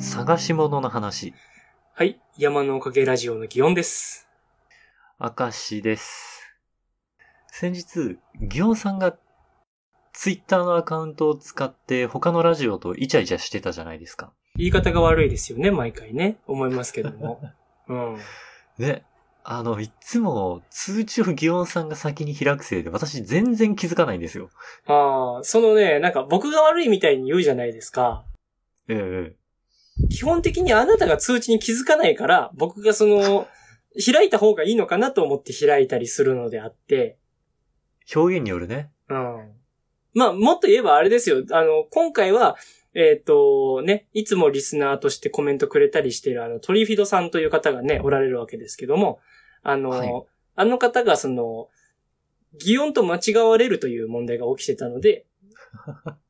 探し物の話。はい。山のおかげラジオの祇園です。明石です。先日、ギオンさんが、ツイッターのアカウントを使って他のラジオとイチャイチャしてたじゃないですか。言い方が悪いですよね、毎回ね。思いますけども。うん。ね。あの、いつも通知をギオンさんが先に開くせいで、私全然気づかないんですよ。ああ、そのね、なんか僕が悪いみたいに言うじゃないですか。ええ基本的にあなたが通知に気づかないから、僕がその、開いた方がいいのかなと思って開いたりするのであって、表現によるね。うん。まあ、もっと言えばあれですよ。あの、今回は、えっ、と、ね、いつもリスナーとしてコメントくれたりしてる、あの、トリフィドさんという方がね、おられるわけですけども、あの、はいあの方がその、擬音と間違われるという問題が起きてたので、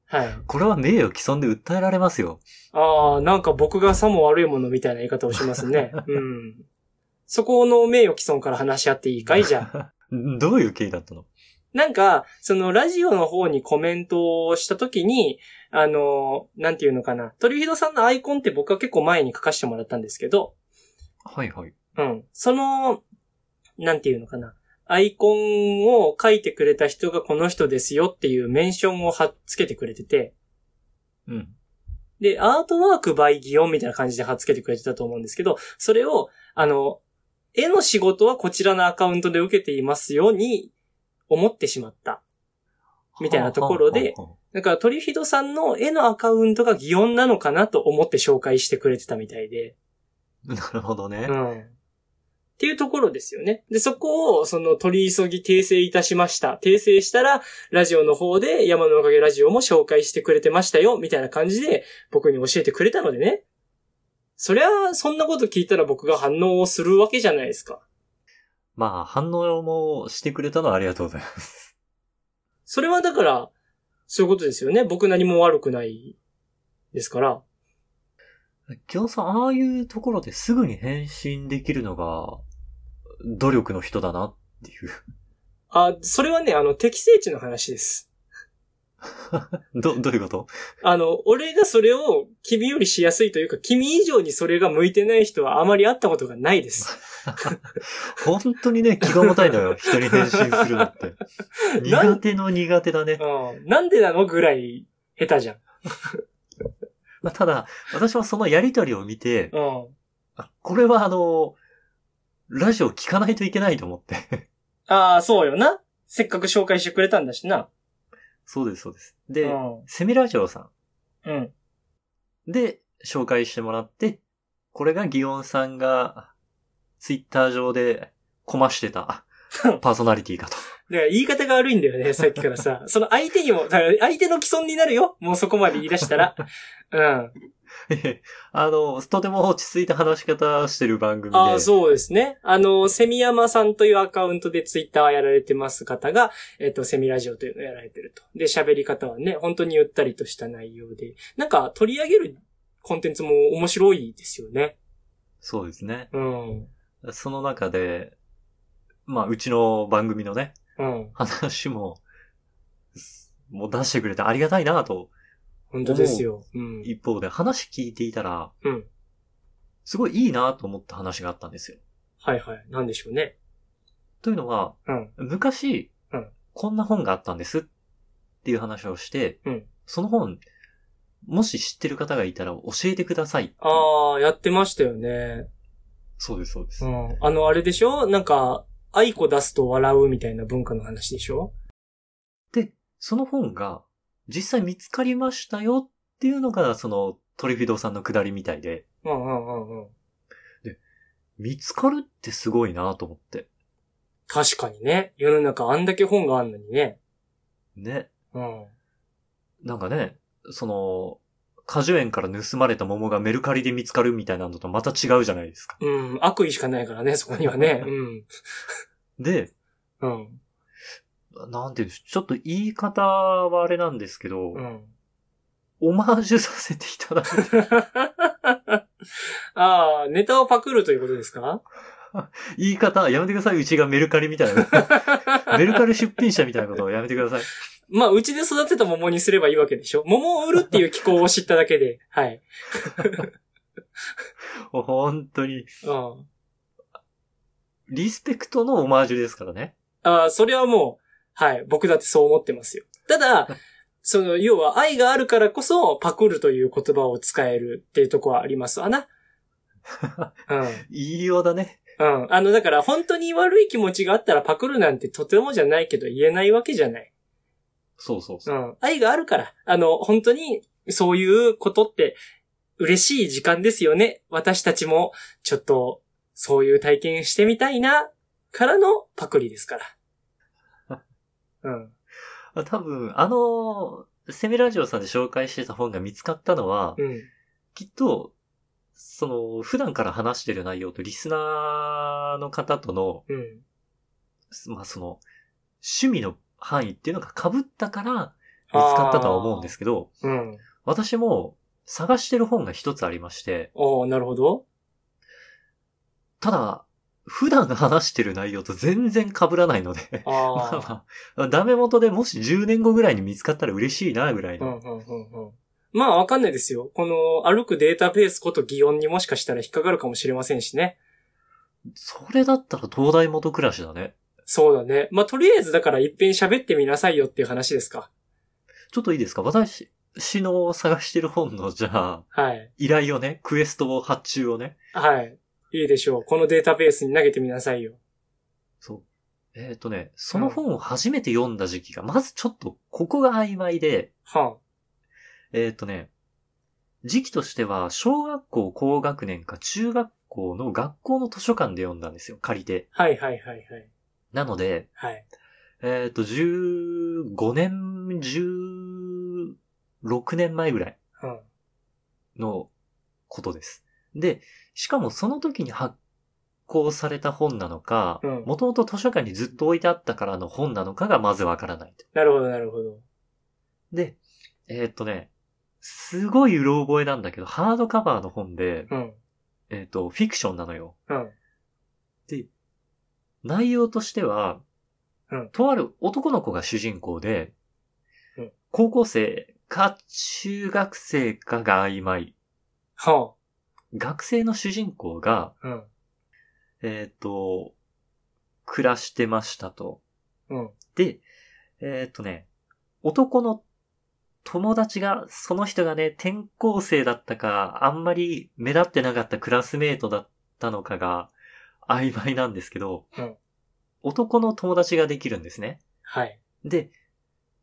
はい。これは名誉毀損で訴えられますよ。ああ、なんか僕がさも悪いものみたいな言い方をしますね。うん。そこの名誉毀損から話し合っていいかいじゃあ。どういう経緯だったのなんか、そのラジオの方にコメントをしたときに、あの、なんていうのかな。鳥ドさんのアイコンって僕は結構前に書かせてもらったんですけど、はいはい。うん。その、なんていうのかな。アイコンを書いてくれた人がこの人ですよっていうメンションを貼っつけてくれてて、うん。で、アートワーク by 祇園みたいな感じで貼っつけてくれてたと思うんですけど、それを、あの、絵の仕事はこちらのアカウントで受けていますように思ってしまった。みたいなところではあはあはあはあだから、トリフィドさんの絵のアカウントが擬音なのかなと思って紹介してくれてたみたいで。なるほどね。うん。っていうところですよね。で、そこを、その、取り急ぎ訂正いたしました。訂正したら、ラジオの方で、山のおかげラジオも紹介してくれてましたよ、みたいな感じで、僕に教えてくれたのでね。そりゃ、そんなこと聞いたら僕が反応をするわけじゃないですか。まあ、反応もしてくれたのはありがとうございます。それはだから、そういうことですよね。僕何も悪くないですから。ギョンさん、ああいうところですぐに返信できるのが、努力の人だなっていう。あ、それはね、あの、適正値の話です。ど、どういうことあの、俺がそれを君よりしやすいというか、君以上にそれが向いてない人はあまり会ったことがないです。本当にね、気が重たいのよ。人に返信するのって。なん苦手の苦手だね。うん。なんでなのぐらい下手じゃん。まあ、ただ、私はそのやりとりを見て、うん。あこれはあの、ラジオ聞かないといけないと思って。ああ、そうよな。せっかく紹介してくれたんだしな。そうです、そうです。うで、ん。セミラジオさん。うん。で、紹介してもらって、これがギオンさんが、ツイッター上で、こまして た、パーソナリティかと。だから言い方が悪いんだよね、さっきからさ。 その相手にも、だから相手の既存になるよ。もうそこまで言い出したら。うん。 あの、とても落ち着いた話し方してる番組で。ああ、そうですね。あの、セミヤマさんというアカウントでツイッターやられてます方が、えっと、セミラジオというのをやられてると。で、喋り方はね、本当にゆったりとした内容で。なんか、取り上げるコンテンツも面白いですよね。そうですね。うん。その中で、まあ、うちの番組のね、うん。話も、もう出してくれてありがたいなと、本当ですよ。うん。一方で話聞いていたら、うんすごいいいなと思った話があったんですよ。はいはい。なんでしょうね。というのは、うん。昔、うんこんな本があったんですっていう話をして、うんその本、もし知ってる方がいたら教えてください。ああ、やってましたよね。そうです、そうです。うん。あの、あれでしょなんか、愛子出すと笑うみたいな文化の話でしょで、その本が実際見つかりましたよっていうのが、そのトリフィドさんのくだりみたいで、うんうんうんうん。見つかるってすごいなと思って。確かにね。世の中あんだけ本があんのにね。ね。うん。なんかね、その、果樹園から盗まれた桃がメルカリで見つかるみたいなのとまた違うじゃないですか。うん、悪意しかないからね、そこにはね。うん。で、うん。なんていうんですちょっと言い方はあれなんですけど、うん。 オマージュさせていただいて、 ああ、ネタをパクるということですか言い方、やめてください。うちがメルカリみたい な。メルカリ出品者みたいなことをやめてください。まあ、うちで育てた桃にすればいいわけでしょ桃を売るっていう機構を知っただけで。はい。もう本当に、うん。リスペクトのオマージュですからね。ああ、それはもう、はい、僕だってそう思ってますよ。た だ、その、要は愛があるからこそ、パクるという言葉を使えるっていうとこはありますわ な。うん。いいようだね。うん。あの、だから本当に悪い気持ちがあったらパクるなんてとてもじゃないけど言えないわけじゃない。そうそうそうう。ん。愛があるから。あの、本当にそういうことって嬉しい時間ですよね。私たちもちょっとそういう体験してみたいなからのパクリです から。うん。あ多分、あの、セミラジオさんで紹介してた本が見つかったのは、うん。きっと、その、普段から話してる内容とリスナーの方との、うん。まあその、趣味の範囲っていうのが被ったから見つかったとは思うんですけど、あー。うん。私も探してる本が一つありまして、おーなるほど。ただ、普段話してる内容と全然被らないので、 まああ。あまあ、ダメ元でもし10年後ぐらいに見つかったら嬉しいな、ぐらいうんの。うんうんうんまあわかんないですよ。この歩くデータベースこと擬音にもしかしたら引っかかるかもしれませんしね。それだったら東大元暮らしだね。そうだね。まあとりあえずだから一遍喋ってみなさいよっていう話ですか。ちょっといいですか私私の探してる本の、じゃあ、はい。依頼をね、クエストを発注をね。はい。いいでしょう。このデータベースに投げてみなさいよ。そう。えっ、とね、その本を初めて読んだ時期が、まずちょっと、ここが曖昧で、はえっ、とね、時期としては、小学校高学年か中学校の学校の図書館で読んだんですよ、借りて。あ、はいはいはいはい。なので、はい。えっ、と、15年、16年前ぐらいうん。のことです。で、しかもその時に発行された本なのかうん、もともと図書館にずっと置いてあったからの本なのかがまずわからないと。なるほどなるほど。で、えっ、とね、すごいうろ覚えなんだけど、ハードカバーの本で、うん。えっ、と、フィクションなのよ。うん。内容としては、うんとある男の子が主人公で、うん高校生か中学生かが曖昧。は学生の主人公が、あ。うん。えっ、と、暮らしてましたと。うん。で、えっ、とね、男の友達が、その人がね、転校生だったか、あんまり目立ってなかったクラスメートだったのかが曖昧なんですけど、うん男の友達ができるんですね。はい。で、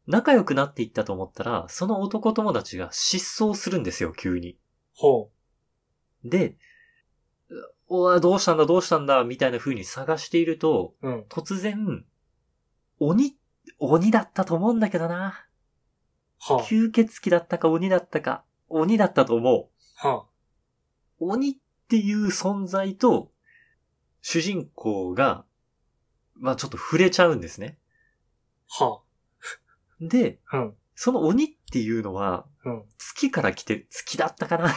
仲良くなっていったと思ったら、その男友達が失踪するんですよ、急に。ほで、うおいどうしたんだ、どうしたんだ、みたいな風に探していると、う。うん。突然、鬼、鬼だったと思うんだけどな。は吸血鬼だったか鬼だったか、鬼だったと思あ。はう。鬼っていう存在と、主人公が、まあちょっと触れちゃうんですね。あ。はで、あ。うん。その鬼っていうのは、うん。月から来てる、月だったかな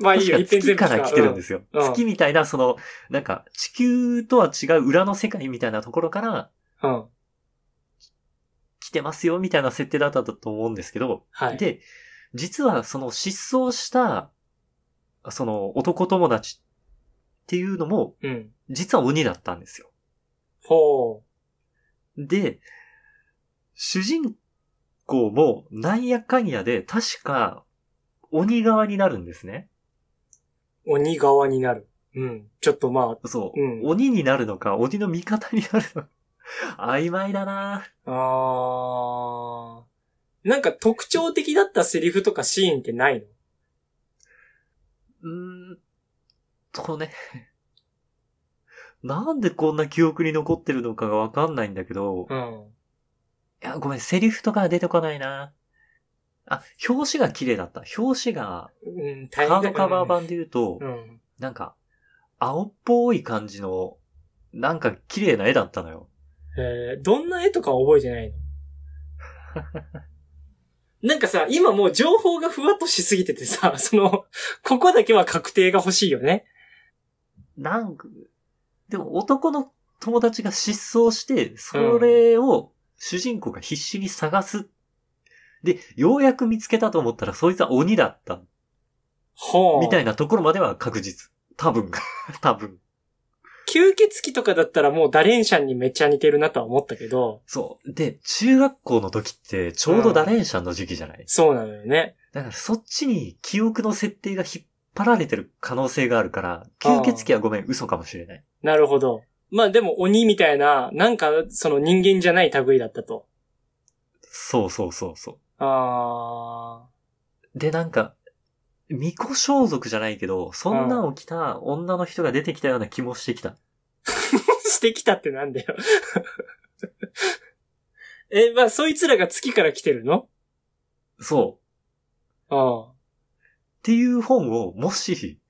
まあいいよ、確一遍か 月から全部。来てるんですすよ。うん月みたいな、その、なんか、地球とは違う裏の世界みたいなところからうん。うん来てますよ、みたいな設定だったと思うんですけど、はい。で、実はその失踪した、その男友達っていうのも、うん。実は鬼だったんですよ。ほで、主人公もなんやかんやで確か鬼側になるんですね。う。鬼側になる。うん。ちょっとまそう。うん鬼になるのか、鬼の味方になるのか。 曖昧だなぁ。あ、あーなんか特徴的だったセリフとかシーンってないのうーんとね。 なんでこんな記憶に残ってるのかがわかんないんだけど、いうん。や、ごめん、セリフとか出てこないな。あ、表紙が綺麗だった。表紙が、うん、ハ大ードカバー版で言うとう、ん。なんか、青っぽい感じの、なんか綺麗な絵だったのよ。えーどんな絵とかは覚え てないのなんかさ、今もう情報がふわっとしすぎててさ、その、ここだけは確定が欲しいよね。なんか、でも男の友達が失踪して、それを主人公が必死に探す。で、ようやく見つけたと思ったら、そいつは鬼だった。はあ。みたいなところまでは確実。多分。 多分。吸血鬼とかだったらもうダレンシャンにめっちゃ似てるなとは思ったけど、そう。で、中学校の時ってちょうどダレンシャンの時期じゃない、そうなのよね。だからそっちに記憶の設定が引っ張られてる可能性があるから、吸血鬼はごめん、嘘かもしれない。なるほど。まあでも鬼みたいな、なんかその人間じゃない類だったと。そうそうそうそあう。で、なんか、巫女装束じゃないけど、そんなんを着た女の人が出てきたような気もしてきた。ー。 してきたってなんだよ。 え、まあそいつらが月から来てるのそう。ああ。っていう本を、もし、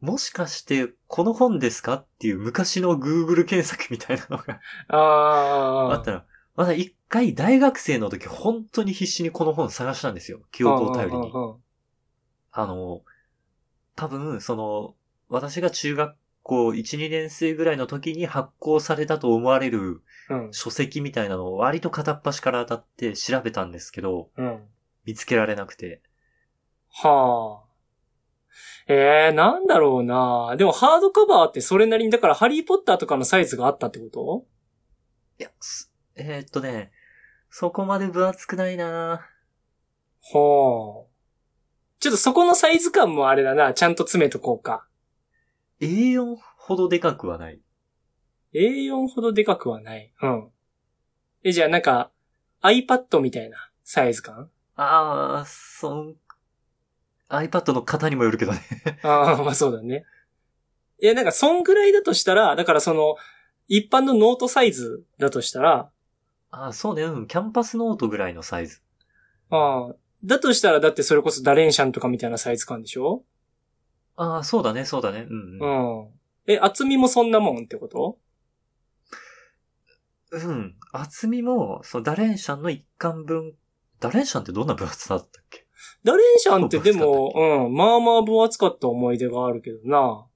もしかして、この本ですかっていう昔の Google 検索みたいなのがああ。あったら、まだ一回大学生の時本当に必死にこの本探したんですよ。記記憶を頼りに。あの、多分、その、私が中学校1、2年生ぐらいの時に発行されたと思われるうん。書籍みたいなのを割と片っ端から当たって調べたんですけど、うん。見つけられなくて。はあ。ええー、なんだろうな。でもハードカバーってそれなりに、だからハリーポッターとかのサイズがあったってこといや、すえーっとね、そこまで分厚くないなはあ。ちょっとそこのサイズ感もあれだな。ちゃんと詰めとこうか。 A4 ほどでかくはない。 A4 ほどでかくはない。うん。え、じゃあなんか、iPad みたいなサイズ感あー、そん、iPad の型にもよるけどね。 ああ、まあそうだね。いや、なんかそんぐらいだとしたら、だからその、一般のノートサイズだとしたら、あー、そうね、うん、キャンパスノートぐらいのサイズ。ああ。だとしたら、だってそれこそダレンシャンとかみたいなサイズ感でしょあー、そうだね、そうだね、うん、ううん。ん。え、厚みもそんなもんってことうん、厚みも、そのダレンシャンの一巻分、ダレンシャンってどんな分厚さだったっけ ダレンシャンってでも、うん、まあまあ分厚かった思い出があるけどな。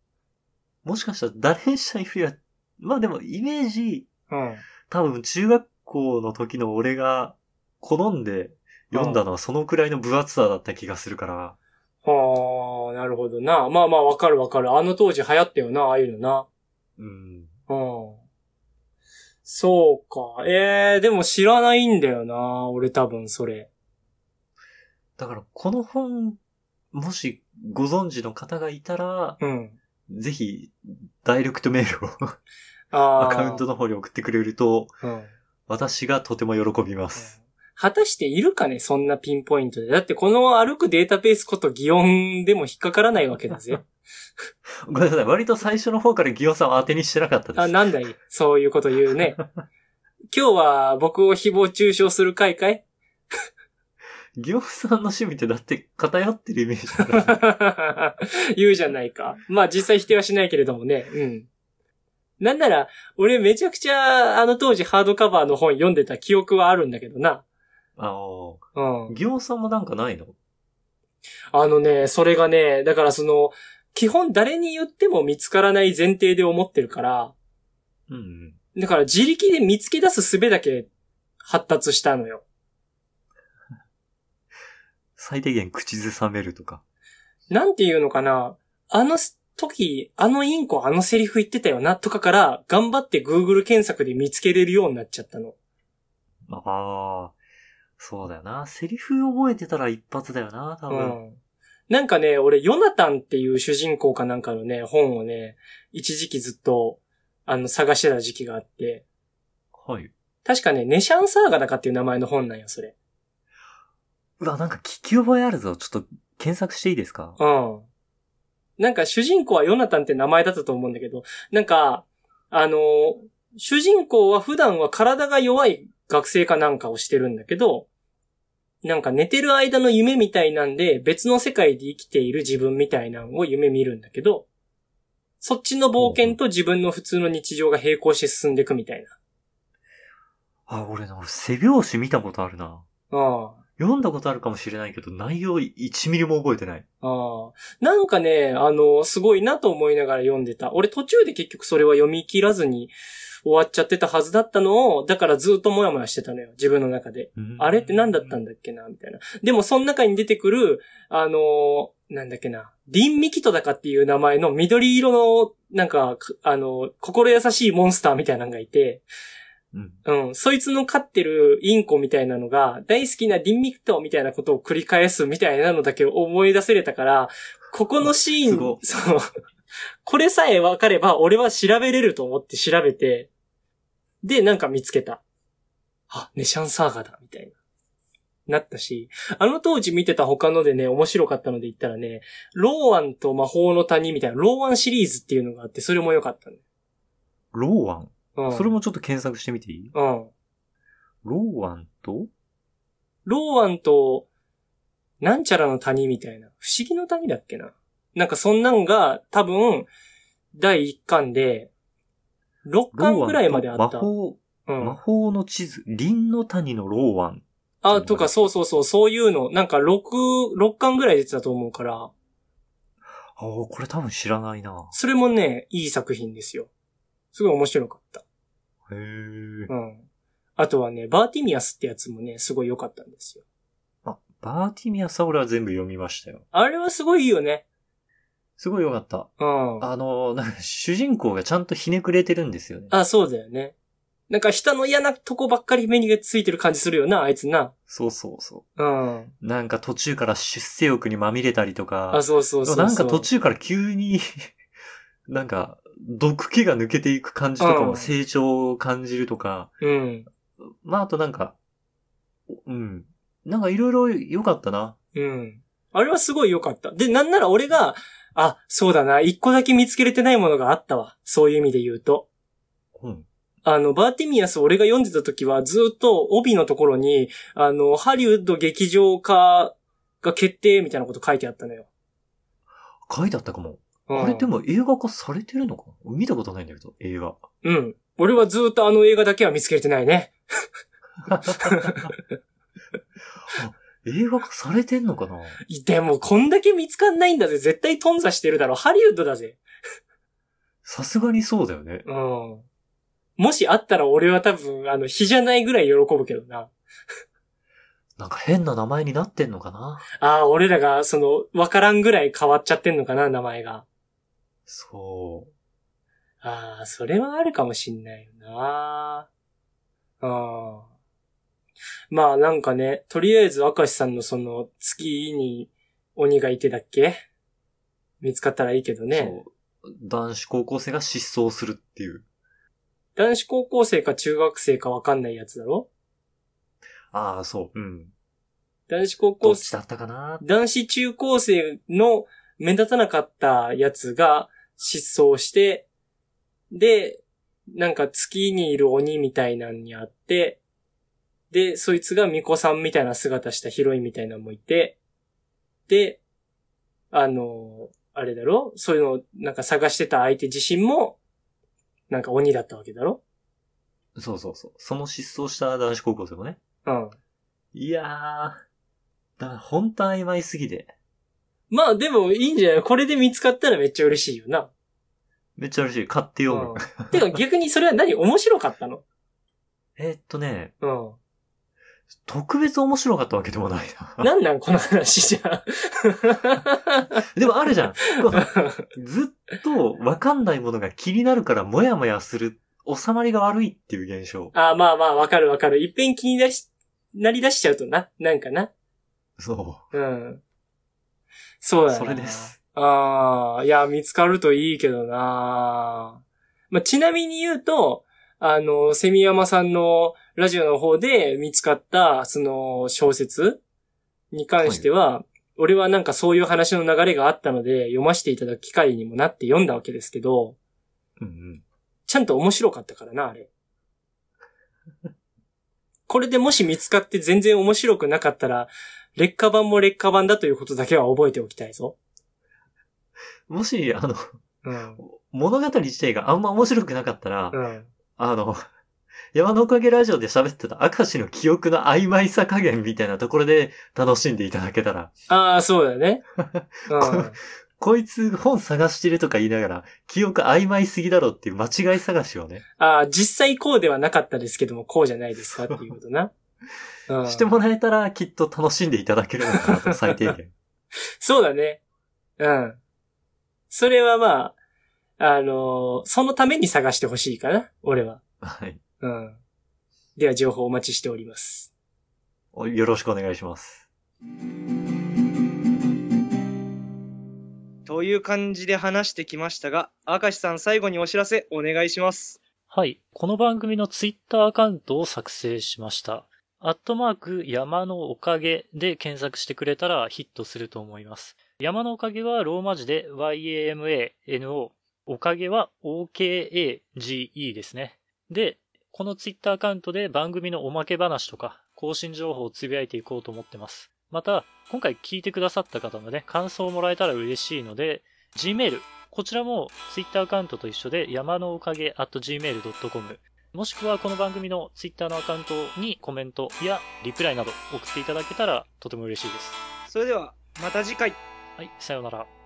もしかしたらダレンシャンよりは、まあでもイメージ、うん。多分中学校の時の俺が好んで読んだのはそのくらいの分厚さだった気がするから、はあ、なるほどな。まあまあわかるわかる。あの当時流行ったよな、ああいうのうん。な。うん。そうか。ええでも知らないんだよな。俺多分それ。だからこの本、もしご存知の方がいたら、うん。ぜひ、ダイレクトメールを ああ。アカウントの方に送ってくれると、うん。私がとても喜びます。果たしているかねそんなピンポイントで。だってこの歩くデータベースこと擬音でも引っかからないわけだ ぜ。ごめんなさい。割と最初の方からギオさんを当てにしてなかったです。あ、なんだいそういうこと言うね。今日は僕を誹謗中傷する会かい ギオさんの趣味ってだって偏ってるイメージだから 言うじゃないか。まあ実際否定はしないけれどもね。うん。なんなら、俺めちゃくちゃあの当時ハードカバーの本読んでた記憶はあるんだけどな。あの、うん。ギオさんもなんかないのあのね、それがね、だからその、基本誰に言っても見つからない前提で思ってるから、うんうん。だから自力で見つけ出す術だけ発達したのよ。最低限口ずさめるとか。なんていうのかな。あの時、あのインコあのセリフ言ってたよなとかから、頑張って Google 検索で見つけれるようになっちゃったの。ああ、そうだよな。セリフ覚えてたら一発だよな、多う分。ん。なんかね、俺、ヨナタンっていう主人公かなんかのね、本をね、一時期ずっと、あの、探してた時期があって、はい。確かね、ネシャンサーガだかっていう名前の本なんよ、それ。うわ、なんか聞き覚えあるぞ。ちょっと検索していいですかうん。なんか主人公はヨナタンって名前だったと思うんだけど、なんか、あのー主人公は普段は体が弱い学生かなんかをしてるんだけど、なんか寝てる間の夢みたいなんで、別の世界で生きている自分みたいなのを夢見るんだけど、そっちの冒険と自分の普通の日常が並行して進んでいくみたいな。あ、俺の背表紙見たことあるな。うん。読んだことあるかもしれないけど、内容1ミリも覚えてない。ああ。なんかね、あの、すごいなと思いながら読んでた。俺途中で結局それは読み切らずに終わっちゃってたはずだったのを、だからずっとモヤモヤしてたのよ、自分の中で。あれって何だったんだっけなみたいな。でも、その中に出てくる、あのーなんだっけな、ディン・ミキトダカっていう名前の緑色の、なんか、かあのー心優しいモンスターみたいなのがいて、うん。うん、そいつの飼ってるインコみたいなのが、大好きなディン・ミキトみたいなことを繰り返すみたいなのだけ思い出せれたから、ここのシーすンご、そう、これさえ分かれば、俺は調べれると思って調べて、で、なんか見つけた。あ、ネシャンサーガだ、みたいな。なったし、あの当時見てた他のでね、面白かったので言ったらね、ローアンと魔法の谷みたいな、ローアンシリーズっていうのがあって、それも良かったね。ロうーアん。ン。それもちょっと検索してみていいうん。ローアンとローアンと、なんちゃらの谷みたいな。不思議の谷だっけな。なんかそんなんが、多分、第1巻で、6ローアン巻とぐらいまであった。魔法、う魔ん。法の地図、林の谷のローアン。あ、とか、そうそうそう、そういうの、なんか6、6巻ぐらい出てたと思うから、ああ、これ多分知らないな。それもね、いい作品ですよ。すごい面白かった。へえ。うん。あとはね、バーティミアスってやつもね、すごい良かったんですよ。あ、バーティミアサウラは全部読みましたよ。あれはすごいいいよね。すごい良かった。うん。あの、なんか主人公がちゃんとひねくれてるんですよね。あ、そうだよね。なんか下の嫌なとこばっかり目についてる感じするよな、あいつな。そうそうそうん。う。なんか途中から出世欲にまみれたりとかあ、、そうそうそうそう。なんか途中から急に、 なんか、毒気が抜けていく感じとかうんも成長を感じるとか、うん。まああとなんか、うん。なんかいろいろ良かったな。うん。あれはすごい良かった。で、なんなら俺が、あ、そうだな、一個だけ見つけれてないものがあったわ。そういう意味で言うと。うん。あの、バーティミアス俺が読んでた時は、ずっと帯のところに、あの、ハリウッド劇場化が決定みたいなこと書いてあったのよ。書いてあったかも。うんあれでも映画化されてるのかな見たことないんだけど、映 画。うん。俺はずっとあの映画だけは見つけれてないね。映画化されてんのかないでも、こんだけ見つかんないんだぜ。絶対頓挫してるだろ。ハリウッドだぜ。さすがにそうだよね。うん。もしあったら俺は多分、あの、日じゃないぐらい喜ぶけどな。なんか変な名前になってんのかなああ、俺らが、その、わからんぐらい変わっちゃってんのかな、名前が。そう。ああ、それはあるかもしんないよな。うん。まあなんかね、とりあえず明石さんのその、月に鬼がいてだっけ見つかったらいいけどね。そう。男子高校生が失踪するっていう。男子高校生か中学生かわかんないやつだろああ、そう。うん。男子高ど校っ生ちだったかな男子中高生の目立たなかったやつが失踪して、で、なんか月にいる鬼みたいなんにあって、で、そいつが巫女さんみたいな姿したヒロインみたいなのもいて、で、あの、あれだろそういうのをなんか探してた相手自身も、なんか鬼だったわけだろそうそうそう。その失踪した男子高校生もね。うん。いやー。だから本当曖昧すぎで。まあでもいいんじゃないこれで見つかったらめっちゃ嬉しいよな。めっちゃ嬉しい。買って読む。うん。てか逆にそれは何面白かったのえーっとね、うん。特別面白かったわけでもないな。 なんなんこの話じゃ。 でもあるじゃん。こうずっとわかんないものが気になるからもやもやする。収まりが悪いっていう現象。あまあまあ、わかるわかる。いっぺん気になし、なり出しちゃうとな、なんかな。そうん。そうう。だな。それで。す。ああ、いや、見つかるといいけどな。まあ、ちなみに言うと、あの、セミヤマさんのラジオの方で見つかった、その、小説に関しては、俺はなんかそういう話の流れがあったので、読ませていただく機会にもなって読んだわけですけど、うんうん。ちゃんと面白かったからな、あれ。これでもし見つかって全然面白くなかったら、劣化版も劣化版だということだけは覚えておきたいぞ。もし、あの、 うん。物語自体があんま面白くなかったら、うん。あの、山のおかげラジオで喋ってた明石の記憶の曖昧さ加減みたいなところで楽しんでいただけたら、 ああ、そうだね。うん。こいつ本探してるとか言いながら、記憶曖昧すぎだろっていう間違い探しをね、ああ、実際こうではなかったですけども、こうじゃないですかっていうことな。うんしてもらえたらきっと楽しんでいただけるのかなと、最低 限。そうだね。うん。それはまあ、あのーそのために探してほしいかな、俺は。はい。うん。では情報お待ちしております。およろしくお願いします。という感じで話してきましたが、明石さん最後にお知らせお願いします。はい。この番組のツイッターアカウントを作成しました。アットマーク山のおかげで検索してくれたらヒットすると思います。山のおかげはローマ字で YAMANO。おかげは OKAGE ですね。で、このツイッターアカウントで番組のおまけ話とか更新情報をつぶやいていこうと思ってます。また、今回聞いてくださった方のね、感想をもらえたら嬉しいので、Gmail、こちらも Twitter アカウントと一緒で山のおかげ at gmail.com もしくはこの番組の Twitter のアカウントにコメントやリプライなど送っていただけたらとても嬉しいです。それでは、また次回。はい、さようなら。